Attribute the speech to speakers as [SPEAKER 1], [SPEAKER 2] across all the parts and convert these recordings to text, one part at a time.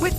[SPEAKER 1] With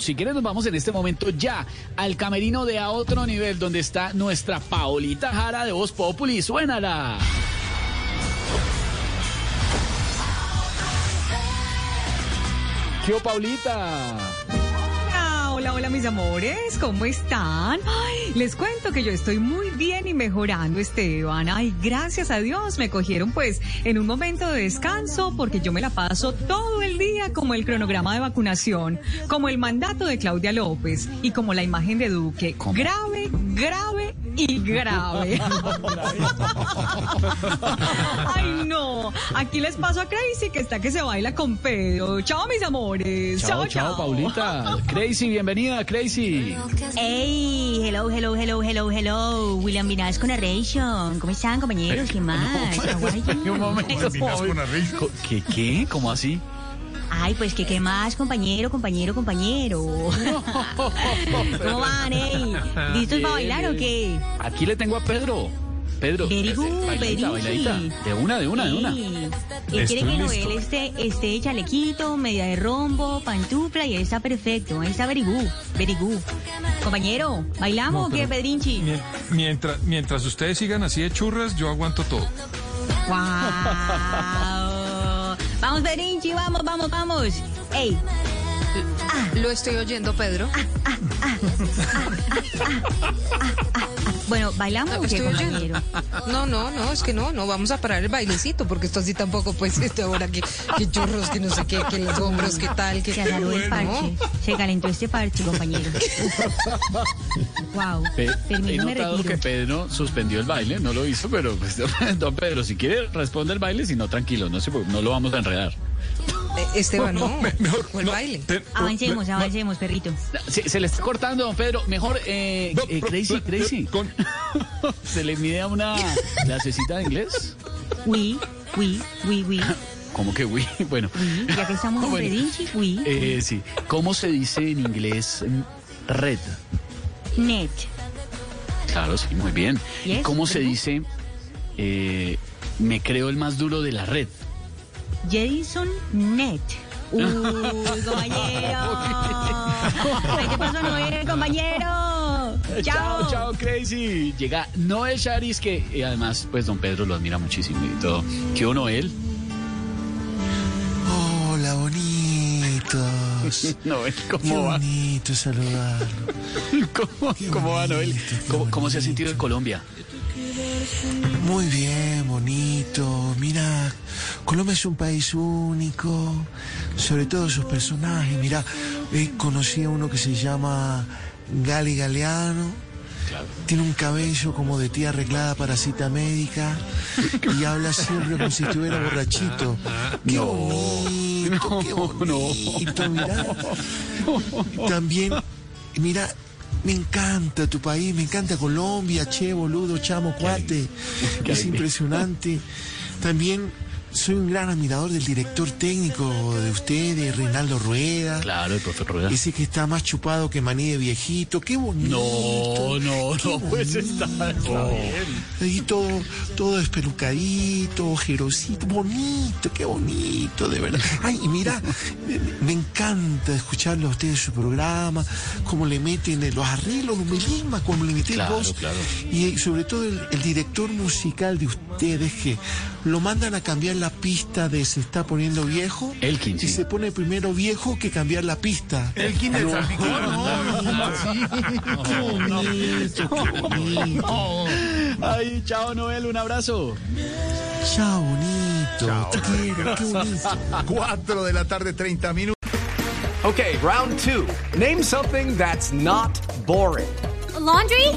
[SPEAKER 2] Si quieres nos vamos en este momento ya al camerino de A Otro Nivel, donde está nuestra Paolita Jara de Voz Populi. ¡Suénala! ¿Qué hubo, Paulita?
[SPEAKER 3] Hola, hola, hola mis amores, ¿cómo están? Ay, les cuento que yo estoy muy bien y mejorando, Esteban. Ay, gracias a Dios me cogieron pues en un momento de descanso porque yo me la paso todo el día como el cronograma de vacunación, como el mandato de Claudia López y como la imagen de Duque. Grave, grave y grave. Ay, no. Aquí les paso a Crazy que está que se baila con Pedro. Chao, mis amores.
[SPEAKER 2] Chao, chao, Paulita. Crazy, bienvenida, Crazy.
[SPEAKER 4] Hey, hello, hello, hello, hello, hello. William Vinaz con Arration. ¿Cómo están, compañeros? ¿Qué más? How are you?
[SPEAKER 2] Un momento. Co- ¿Qué, qué? ¿Cómo así?
[SPEAKER 4] Ay, pues que qué más, compañero, compañero, compañero. ¿Cómo van, hey? ¿Listos para
[SPEAKER 2] Bien,
[SPEAKER 4] bailar o qué?
[SPEAKER 2] bien. Aquí le tengo a Pedro. Pedro.
[SPEAKER 4] Very good, very
[SPEAKER 2] bailadita,
[SPEAKER 4] good.
[SPEAKER 2] bailadita. De una, de una, de una.
[SPEAKER 4] Sí. Él quiere que Noel esté, esté este chalequito, media de rombo, pantufla y ahí está perfecto. Ahí está very good, very good. Compañero, ¿bailamos
[SPEAKER 5] No,
[SPEAKER 4] o qué,
[SPEAKER 5] pero-
[SPEAKER 4] Pedrinchi?
[SPEAKER 5] Mien- Mientras, mientras ustedes sigan así de churras, yo aguanto todo.
[SPEAKER 4] ¡Guau! Vamos, Berinchi, vamos, vamos, vamos. ¡Ey!
[SPEAKER 6] Lo estoy oyendo, Pedro.
[SPEAKER 4] Bueno, ¿bailamos
[SPEAKER 6] No,
[SPEAKER 4] o qué,
[SPEAKER 6] Ah, estoy oyendo.
[SPEAKER 4] compañero?
[SPEAKER 6] No, no, no, es que no, no vamos a parar el bailecito, porque esto así tampoco, pues, este ahora que, que churros, que no sé qué, que los hombros, que tal, que eh,
[SPEAKER 4] Se agarró el parche. Se calentó este parche, compañero. ¡Guau!
[SPEAKER 2] Pe- he
[SPEAKER 4] Permiso, me
[SPEAKER 2] notado que
[SPEAKER 4] retiro.
[SPEAKER 2] Pedro suspendió el baile, no lo hizo, pero pues, don Pedro, si quiere responde el baile, si no, tranquilo, no, se preocupe, no lo vamos a enredar.
[SPEAKER 6] Eh, Esteban, no,
[SPEAKER 5] Me- mejor,
[SPEAKER 6] ¿cuál
[SPEAKER 5] no,
[SPEAKER 6] baile?
[SPEAKER 5] te-
[SPEAKER 4] Avancemos,
[SPEAKER 5] me-
[SPEAKER 4] avancemos, perrito.
[SPEAKER 2] Se, se le está cortando, don Pedro, mejor, eh,
[SPEAKER 5] no,
[SPEAKER 2] eh,
[SPEAKER 5] no,
[SPEAKER 2] Crazy,
[SPEAKER 5] no,
[SPEAKER 2] Crazy,
[SPEAKER 5] con-
[SPEAKER 2] ¿se le mide a una clasecita de inglés?
[SPEAKER 4] Oui, oui, oui, oui.
[SPEAKER 2] ¿Cómo que oui? Bueno.
[SPEAKER 4] oui. Ya que estamos con
[SPEAKER 2] Ah, Bueno,
[SPEAKER 4] Pedrinchi, oui.
[SPEAKER 2] eh, sí. ¿Cómo se dice en inglés mm, red?
[SPEAKER 4] Net.
[SPEAKER 2] Claro, sí, muy bien. ¿Y
[SPEAKER 4] Yes,
[SPEAKER 2] cómo se
[SPEAKER 4] pero-
[SPEAKER 2] dice eh, me creo el más duro de la red?
[SPEAKER 4] Jedison Net. Uy, compañero. Ay, ¿Qué pasó, Noel, compañero?
[SPEAKER 2] Chao, chao, Crazy. Llega Noel Charis, que eh, además, pues, don Pedro lo admira muchísimo y todo. ¿Qué hubo, Noel?
[SPEAKER 7] Hola, bonitos.
[SPEAKER 2] Noel,
[SPEAKER 7] Qué
[SPEAKER 2] ¿cómo va?
[SPEAKER 7] bonito saludarlo.
[SPEAKER 2] ¿Cómo, cómo va, Noel? ¿Cómo, cómo se ha sentido en Colombia?
[SPEAKER 7] Muy bien, bonito. Mira, Colombia es un país único, sobre todo sus personajes. Mira, eh, conocí a uno que se llama Gali Galeano. Tiene un cabello como de tía arreglada para cita médica y habla siempre como si estuviera borrachito. ¡Qué bonito! ¡Qué bonito! Mira. También, mira, me encanta tu país, me encanta Colombia, che, boludo, chamo, cuate.
[SPEAKER 2] qué
[SPEAKER 7] Es
[SPEAKER 2] alegría.
[SPEAKER 7] impresionante. También soy un gran admirador del director técnico de ustedes, Reinaldo Rueda.
[SPEAKER 2] Claro, el profe Rueda.
[SPEAKER 7] Ese que está más chupado que maní de viejito. ¡Qué bonito!
[SPEAKER 2] No, no, no, pues está, está bien.
[SPEAKER 7] Ahí todo, todo espelucadito, ojerosito, bonito, qué bonito, de verdad. Ay, y mira, me, me encanta escucharlo a ustedes su programa, cómo le meten eh, los arreglos, los melismas, cómo le meten
[SPEAKER 2] Claro,
[SPEAKER 7] voz.
[SPEAKER 2] claro.
[SPEAKER 7] Y eh, sobre todo el, el director musical de ustedes que lo mandan a cambiar la pista de se está poniendo viejo.
[SPEAKER 2] Elkin,
[SPEAKER 7] Y
[SPEAKER 2] sí.
[SPEAKER 7] se pone primero viejo que cambiar la pista.
[SPEAKER 5] Elkin del
[SPEAKER 2] Ay, chao, Noel, un abrazo.
[SPEAKER 7] Chao, bonito. te quiero, qué bonito.
[SPEAKER 8] 4 de la tarde, 30 minutos.
[SPEAKER 9] Okay, round two. Name something that's not boring.
[SPEAKER 10] laundry?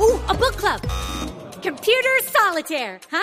[SPEAKER 10] Ooh, a book club. Computer solitaire, huh?